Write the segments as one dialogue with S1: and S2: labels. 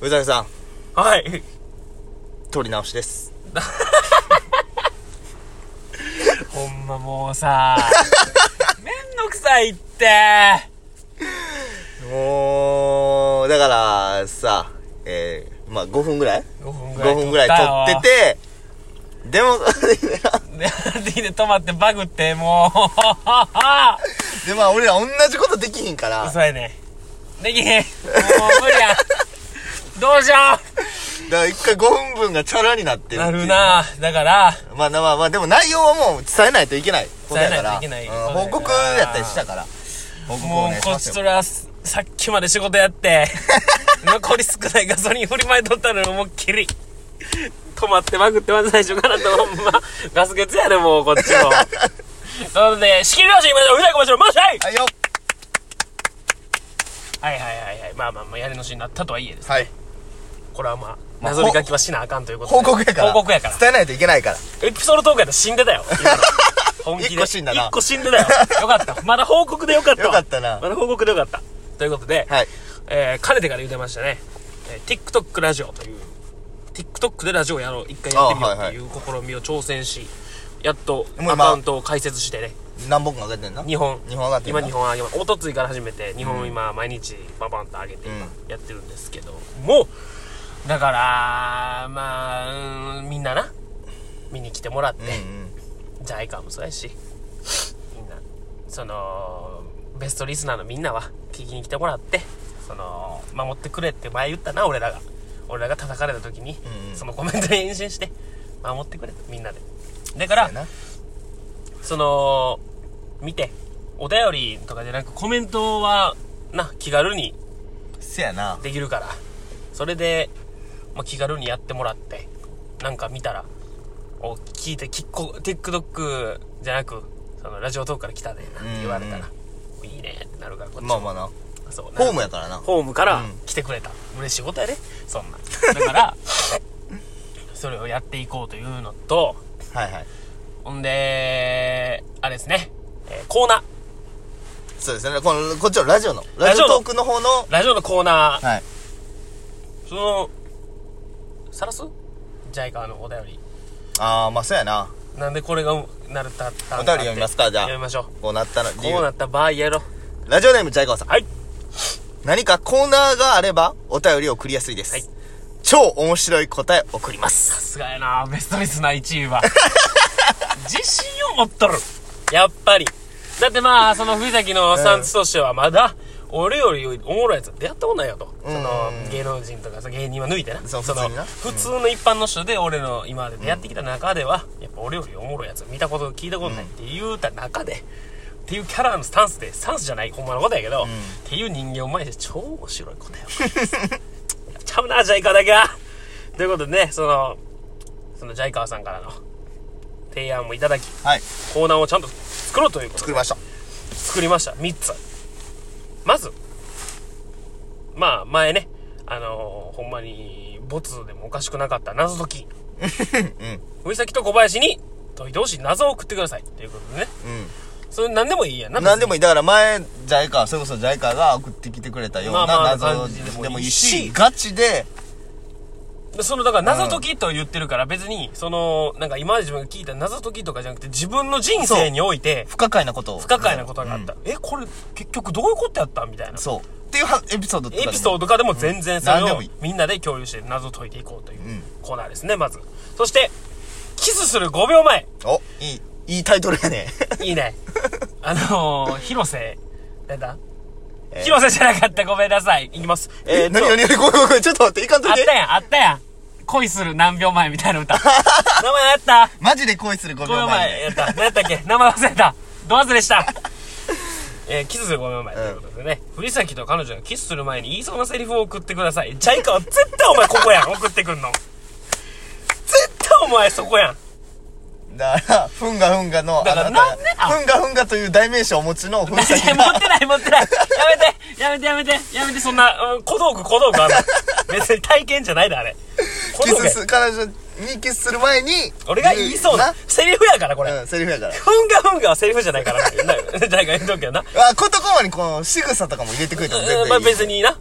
S1: 宇崎さん
S2: はい。
S1: 撮り直しです
S2: ほんまもう さ、めんどくさいって。
S1: もうだからさえー、まあ5分ぐらい
S2: 5分
S1: 5分ぐらい撮っててでも
S2: て。 で、で止まってバグって、もう。
S1: でまあ俺ら同じことできひんから
S2: 嘘やね。できへん。もう無理や。ど うしよ
S1: だから一回5分分がチャラになって
S2: う。
S1: るって
S2: な
S1: いう
S2: るな。だから、
S1: まあまあまあでも内容はもう伝えないといけないことやから
S2: 伝えないといけな
S1: う
S2: い
S1: ん
S2: ことや
S1: 報
S2: から
S1: 告やったりしたから報告お
S2: も
S1: 願いうし
S2: こ
S1: ま
S2: っ
S1: す
S2: ち
S1: よ
S2: とら、さっきまで仕事 やって、残り少ないガソリン振りまいとったのに思いっきり。止まってまくってまず最初からと、ほんま、ガス欠やでもうこっちも。なので、仕切り直しに行きましょう。うざいこましょう。マジはい
S1: はいよ
S2: はいはいはいはい。まあまあまあ、やり直しになったとはいえです。
S1: はい
S2: これはまあ、
S1: まあ
S2: 謎に書きはしなあかんということで
S1: 報告やから
S2: 報告やから。
S1: 伝えないといけないから
S2: エピソードトークやったら死んでたよ。今の本 気で。
S1: 一個死んだな
S2: 一個死んでたよ。よかった。まだ報告でよかったわ。
S1: よかったな
S2: まだ報告でよかった。ということで、
S1: はい
S2: えー、かねてから言うてましたね、えー、TikTok ラジオという TikTok でラジオやろう一回やってみよう
S1: あはい
S2: っていう試みを挑戦しやっと
S1: もう
S2: ア
S1: 今
S2: カウントを開設してね
S1: 何本か上げてんな
S2: 2本
S1: 日本上がってん
S2: 今
S1: な
S2: 2本あげますおとついから始めて2本今毎日ババンと上げて今やってるんですけど、もうだからまあうんみんなな見に来てもらって、じゃあいかもそうやしみんなそのベストリスナーのみんなは聞きに来てもらってその守ってくれって前言ったな俺らが俺らが叩かれた時に、
S1: うんうん
S2: そのコメントに返信して守ってくれとみんなでだから
S1: うんな
S2: その見てお便りとかじゃなくコメントはな気軽に
S1: せやな
S2: できるからそれで、まあ、気軽にやってもらってなんか見たらお聞いてきっこ TikTok じゃなくそのラジオトークから来たねなんて言われたらいいねってなるからこっちも
S1: まあまあな
S2: そうなんか
S1: ホームやからな
S2: ホームから
S1: うん
S2: 来てくれた、嬉しいことやでそん なだからそれをやっていこうというのと
S1: はいはい
S2: ほんであれですね、えーコーナー
S1: そうですねこのこっちのラジオのラ
S2: ラ
S1: ジ
S2: ジ
S1: オ
S2: オの
S1: トークの方の
S2: ラジオのコーナー、
S1: はい
S2: その、さらすジャイカーのお便り。
S1: ああまあそうやな
S2: なんでこれがなるたった
S1: お
S2: んだ
S1: 便
S2: っ
S1: り読
S2: て
S1: みますかじゃ
S2: 読み
S1: あ
S2: ましょ
S1: こうなったの
S2: う。
S1: 理
S2: こうな
S1: 由
S2: った場合やろ。
S1: ラジオネームジャイカワさん
S2: はい。
S1: 何かコーナーがあればお便りを送りやすいで
S2: はい
S1: す超面白い答え送ります
S2: さすがやな、ベストリスナー1位は。 自信を持っとる。やっぱり。だってまあ、その藤崎のサンツとしてはまだ、俺よりおもろいやつ出会ったことないよと。その芸能人とかさ、芸人は抜いてな。
S1: そう普通
S2: の
S1: にな
S2: 普通の一般の人で俺の今まで出会ってきた中では、やっぱ俺よりおもろいやつ見たこと聞いたことないって言うた中で、っていうキャラのスタンスで、スタンスじゃない、ほんまのことやけど、っていう人間を前にして超面白いこと や。ちゃうな、ジャイカーだけは。ということでね、その、そのジャイカーさんからの提案もいただき、
S1: はい
S2: コーナーをちゃんと作ろうということ
S1: 作
S2: で
S1: りま した
S2: 作りました。3つ。まず、まあ、前ね、あのーほんまに、ボツでもおかしくなかった謎解き。うん。さきと小林に解いてほしい謎を送ってください。ということでね。それ何でもいいやんな。
S1: 何で
S2: も
S1: もいいだから前ジャイカそれこそジャイカが送ってきてくれたような
S2: まあまあ
S1: 謎
S2: 感じでもいいし
S1: でもいいしガチで
S2: その、だから謎解きと言ってるから別に、その、なんか今まで自分が聞いた謎解きとかじゃなくて自分の人生において、
S1: 不可解なことを
S2: 不可解なことがあった、えこれ結局どういうことやったみたいな
S1: そうっていうはエピソードとか
S2: エ
S1: でも
S2: ピソードかでも全然それ
S1: 何でも
S2: を
S1: いい
S2: みんなで共有して謎を解いていこうというコーナーですねまずそしてキスする5秒 前
S1: おいいいいタイトルやね
S2: いいねあのー、広瀬なんだ、広瀬じゃなかったごめんなさいいきます
S1: え ー、
S2: っと
S1: なになにごめんごめんごめんちょっと待っていかんと
S2: あ
S1: い
S2: ってたやんあったやん恋する何秒前みたい な歌名前あった
S1: マジで恋する5
S2: 5秒
S1: 秒
S2: 前
S1: 前
S2: やった何やったっけ名前忘れたド忘れしたえー、キスする5秒前ということでね、藤崎と彼女がキスする前に言いそうなセリフを送ってくださいジャイカは絶対お前ここやん送ってくんの絶対お前そ こやん
S1: だからふんがふんがのあ
S2: だから
S1: な
S2: なんでな
S1: たふんがふんがという代名詞をお持ちのふん
S2: 持っ
S1: さ
S2: て
S1: き
S2: ない持ってないやめてやめてやめてやめてそんな、うん、小道具小道具あんの別に体験じゃないであれ小
S1: キ
S2: 道具
S1: ス
S2: や
S1: す彼女にキスする前に
S2: 俺が言いそうなセリフやからこれ、
S1: うんセリフやから
S2: ふんがふんがはセリフじゃないからななジャイカ言うとくけどな
S1: あことこまにこの仕草とかも入れてくれても全然いい、
S2: まあ別にな。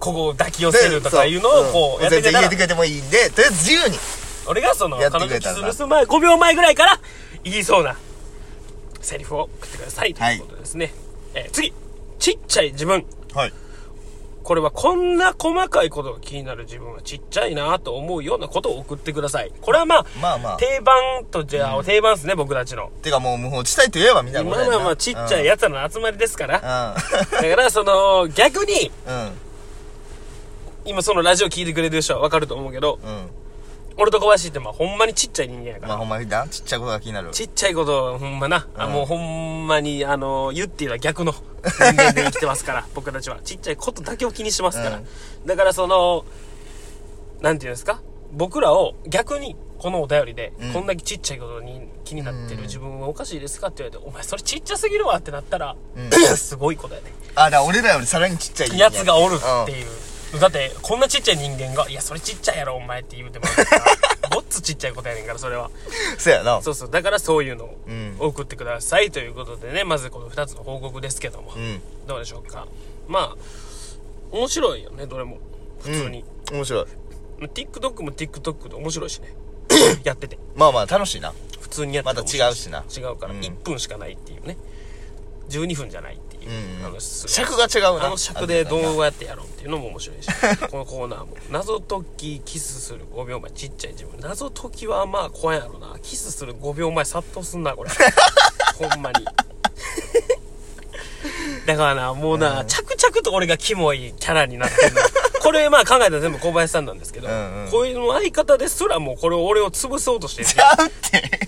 S2: ここを抱き寄せるとかいうのをこうやって
S1: 全然
S2: くれた
S1: 入
S2: ら
S1: れてくれてもいいんで、とりあえず自由に。
S2: 俺がその
S1: や
S2: 彼
S1: ってくれ
S2: 女
S1: たんだ
S2: 潰す前5秒前ぐらいから言いそうなセリフを送ってくださいと
S1: はいいう
S2: ことですね、えー次ちっちゃい自分
S1: はい。
S2: これはこんな細かいことが気になる自分はちっちゃいなと思うようなことを送ってくださいこれはまあ、
S1: まあまあ
S2: 定番とじゃあ、定番ですね僕たちの
S1: てかもう無法地帯といえばみたいなこ
S2: ま
S1: と
S2: あ
S1: やな
S2: まあまあちっちゃいやつらの集まりですから、
S1: う
S2: だからその逆に
S1: ん。うん。
S2: 今そのラジオ聞いてくれる人は分かると思うけど
S1: うん。
S2: 俺と小林ってまあほんまにちっちゃい人間やから、
S1: まあほんまにな、ちっちゃいことが気になる。
S2: ちっちゃいことほんまな、あ
S1: うん
S2: もうほんまにあのユッティは逆の人間で生きてますから 僕たちはちっちゃいことだけを気にしますから、
S1: うん
S2: だからそのなんていうんですか僕らを逆にこのお便りで、
S1: うん
S2: こんだけちっちゃいことに気になってる自分はおかしいですかって言われて、お前それちっちゃすぎるわってなったら、 すごい子だよね
S1: あ、だから俺らよりさらにちっちゃい
S2: やつがおるって
S1: う
S2: いう、だってこんなちっちゃい人間が「いやそれちっちゃいやろお前」って言うてもらったら ごっつちっちゃいことやねんからそれは
S1: ん。そうやな。
S2: そうそうだからそういうのを
S1: うん
S2: 送ってくださいということでねまずこの2つの報告ですけども、
S1: うん。
S2: どうでしょうかまあ面白いよねどれも普通に、
S1: 面白い。
S2: まあ TikTok も TikTok で面白 いしねやってて
S1: まあまあ楽しいな。
S2: 普通にやって
S1: ま
S2: て
S1: た
S2: 面白
S1: 違
S2: いう
S1: しな。
S2: 違うから
S1: うん
S2: 1分しかないっていうね12分じゃないっていう、
S1: うんうん
S2: あのす
S1: 尺が違うな。
S2: あの尺でどうやってやろうっていうのも面白いし このコーナーも謎解きキスする5秒前ちっちゃい自分謎解きはまあ怖いやろなキスする5秒前殺到すんなこれ ほんまに だからなもうな、着々と俺がキモいキャラになってるの これまあ考えたら全部小林さんなんですけど、
S1: うんうん
S2: こういうの相方ですらもうこれを俺を潰そうとしてる
S1: ちゃうって。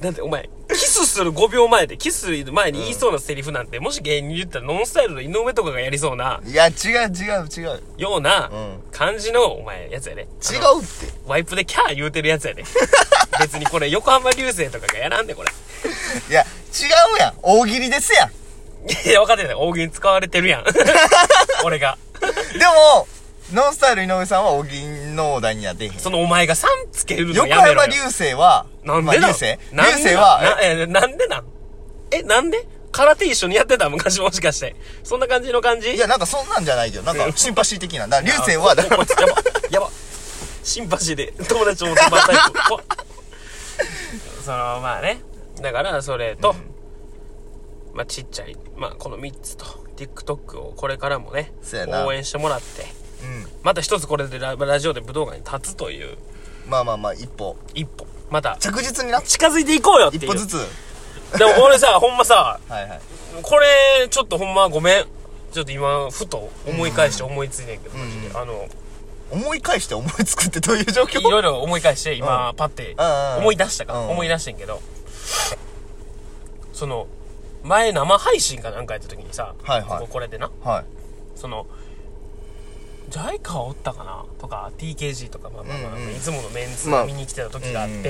S2: だってお前、キスする5秒前で、キスする前に言いそうなセリフなんて、もし芸人で言ったらノンスタイルの井上とかがやりそうない
S1: や、違う違う違う。
S2: ような
S1: うん
S2: 感じの、お前、やつやで。
S1: 違
S2: あの
S1: うって。
S2: ワイプでキャー言うてるやつやで。 別にこれ、横浜流星とかがやらんで、これ。
S1: いや、違うやん。大喜利ですやん。
S2: いや、分かってない。大喜利使われてるやん。 俺が。
S1: でも、ノンスタイル井上さんは大喜利のお題には出へん。
S2: そのお前が3つけるの
S1: 横
S2: やめろ
S1: 山流。
S2: よ
S1: 星は、
S2: なん
S1: まあ
S2: で
S1: 流
S2: なん
S1: 星流
S2: なんで
S1: 星は、
S2: なえなんでなんえ、なんで空手一緒にやってた昔もしかして。そんな感じの感じ
S1: いや、なんかそんなんじゃないけど、なんかシンパシー的な。だから流星は、だ
S2: だ
S1: か
S2: やば
S1: ら、
S2: やばシンパシーで友達も止まったりとかそのまあねだからそれと、まあちっちゃい、まあ、この3つと TikTok をこれからもね
S1: そうやな
S2: 応援してもらって
S1: うん。
S2: また一つこれでララジオで武道館に立つという
S1: まあまあまあ、一歩。
S2: 一歩また
S1: 着実にな。
S2: 近づいていこうよって
S1: 一
S2: いう
S1: 歩ずつ。
S2: でも俺さほんまさ
S1: はいはい。
S2: これちょっとほんまごめんちょっと今ふと思い返して思いついてんけど、マジであの
S1: 思い返して思いつくってどういう状況
S2: いろいろ思い返して今パッて
S1: うんうん
S2: 思い出したから
S1: うん
S2: 思い出してんけどその前生配信かなんかやった時にさ
S1: はいはい
S2: こここれでな
S1: はい。
S2: そのジャイカおったかなとか TKG とかまあまあまあ
S1: うんうん
S2: いつものメンツ
S1: まあ
S2: 見に来てた時があって
S1: うんうん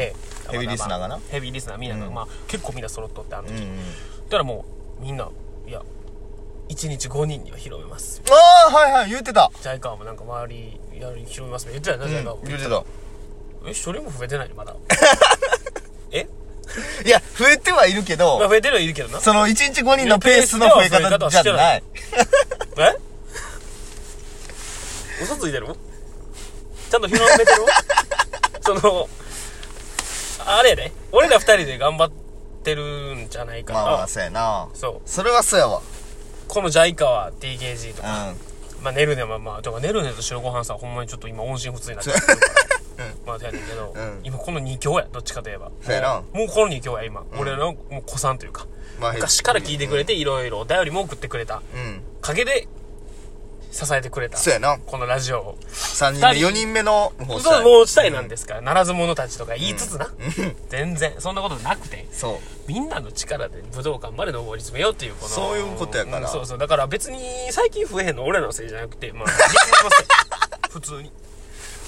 S1: ヘビーリスナーがな
S2: ヘビーリスナーみんながまあ結構みんな揃っとってあの
S1: う
S2: 時
S1: ん
S2: だ
S1: うん。
S2: からもうみんないや1日5人には広めます
S1: ああ、はいはい、言ってた。
S2: ジャイカもなんか周りやる広めますね言ってたよな
S1: うん
S2: ジャイカも
S1: 言ってた。
S2: え一人も増えてないのまだえ
S1: いや、増えてはいるけ
S2: まあ
S1: ど、
S2: 増えてるはいるけどな
S1: その1日5人のペースの増え方じゃない。
S2: え嘘ついてるちゃんと広めてるそのあれやで俺ら二人で頑張ってるんじゃないかな、
S1: まあまあ、そうやな。
S2: そう
S1: それはそうやわ。
S2: このジャイカは TKG とか、
S1: うん。
S2: まあネルネはまあとかネルネと白ご飯さほんまにちょっと今音信不通になっちゃってるから、まあそうやねんけど、
S1: うん
S2: 今この二強やどっちかといえば
S1: そうやな
S2: もうこの二強や今、俺らのもう子さんというか
S1: まあ
S2: 昔から聞いてくれていろいろお便りも送ってくれた
S1: うん。
S2: 陰で支えてくれた
S1: そうやな。
S2: このラジオを
S1: 3人目、4人目の無法地
S2: そう
S1: 帯。
S2: もうしたいなんですから、ならず者たちとか言いつつな、全然そんなことなくて
S1: そう。
S2: みんなの力で武道館まで上り詰めようっていうこの
S1: そういうことやから
S2: んそうそうだから別に最近増えへんの俺らのせいじゃなく てまあリスナーのせい普通に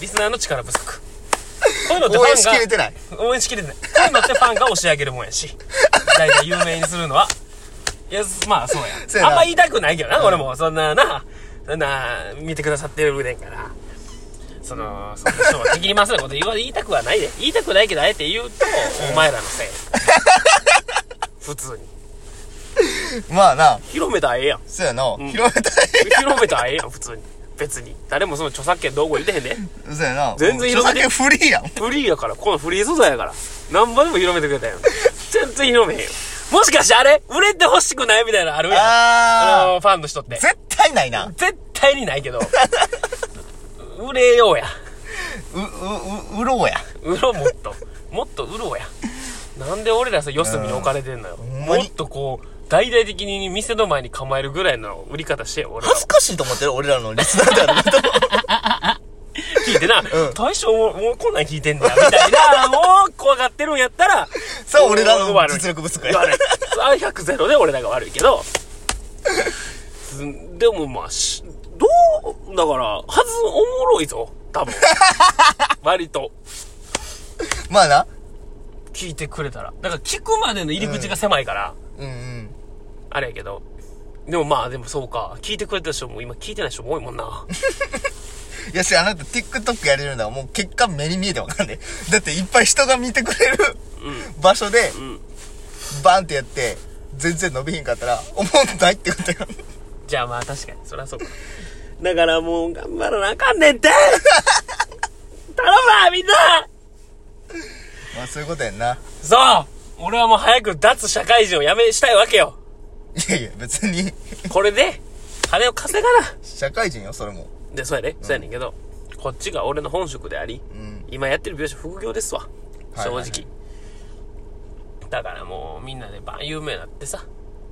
S2: リスナーの力不足こういうのって フ
S1: 応
S2: ァンが
S1: 援しきれてない。
S2: 応援しきれてないこういうのってファンが押し上げるもんやし大体有名にするのはいやまあそうや
S1: そうやな
S2: あんま言いたくないけどな、俺もそんななそんな見てくださってるねんからそのその人は敵に回すようなこと言わ言いたくはないで言いたくないけどあえて言うと、お前らのせい普通に
S1: まあな、
S2: 広めたらええやん
S1: そうやな。広めたい。
S2: 広めたらええやん普通に別に誰もその著作権どうこう言ってへんで
S1: うそやな
S2: 全然
S1: 著
S2: 広
S1: 作
S2: げて
S1: 権フリーやん
S2: フリーやからこのフリー素材やから何ぼでも広めてくれたよ全然広めへんよもしかしてあれ売れてほしくないみたいなのあるやんあ
S1: あ
S2: のファンの人って
S1: ー絶対ないなう
S2: 絶対にない けど売れようや
S1: うううろうや
S2: 売ろうもっともっと売ろうやなんで俺らさ四隅に置かれてんのよ
S1: ん
S2: も
S1: まに
S2: っとこう大々的に店の前に構えるぐらいの売り方してよ俺ら
S1: 恥ずかしいと思ってる俺らのリスナーである
S2: 聞いてな、大将ももうこんなん聞いてんだみた いなもう怖がってるんやったら
S1: さあ俺らの
S2: 悪い
S1: 実力不足や
S2: 悪いさあ100ゼロで俺らが悪いけどすでもまあしどうだからはずおもろいぞ 多分割と
S1: まあな
S2: 聞いてくれたらだから聞くまでの入り口が狭いから、
S1: うんうん
S2: あれやけどでもまあでもそうか聞いてくれた人も今聞いてない人も多いもんな
S1: いやしあなた TikTok やれるのはもう結果目に見えてわかんねえだっていっぱい人が見てくれる場所で、
S2: ん
S1: バンってやって全然伸びひんかったら思んないってことや
S2: じゃあまあ確かにそりゃそうかだからもう頑張らなあかん ねんって頼むわみんな
S1: まあそういうことやんな
S2: そう俺はもう早く脱社会人をやめしたいわけよ
S1: いやいや別に
S2: これで金を稼がな
S1: 社会人よそれも
S2: でそうやねそうやねんけど、こっちが俺の本職であり、
S1: ん
S2: 今やってる美容師副業ですわ
S1: はい
S2: 正直、
S1: はいはい
S2: だからもうみんなでバン有名になってさ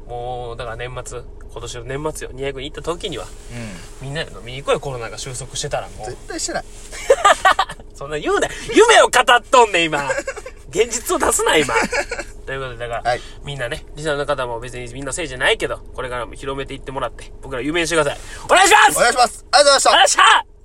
S2: もうだから年末今年の年末よ200に行った時には
S1: うん
S2: みんなで飲みに行こうよコロナが収束してたらもう
S1: 絶対してない
S2: そんな言うな夢を語っとんねん今現実を出すな今ということでだから、
S1: はい
S2: みんなねリスナーの方も別にみんなせいじゃないけどこれからも広めていってもらって僕ら有名にしてくださいお願いします
S1: お願いしますありがとうございました
S2: ありがとうございました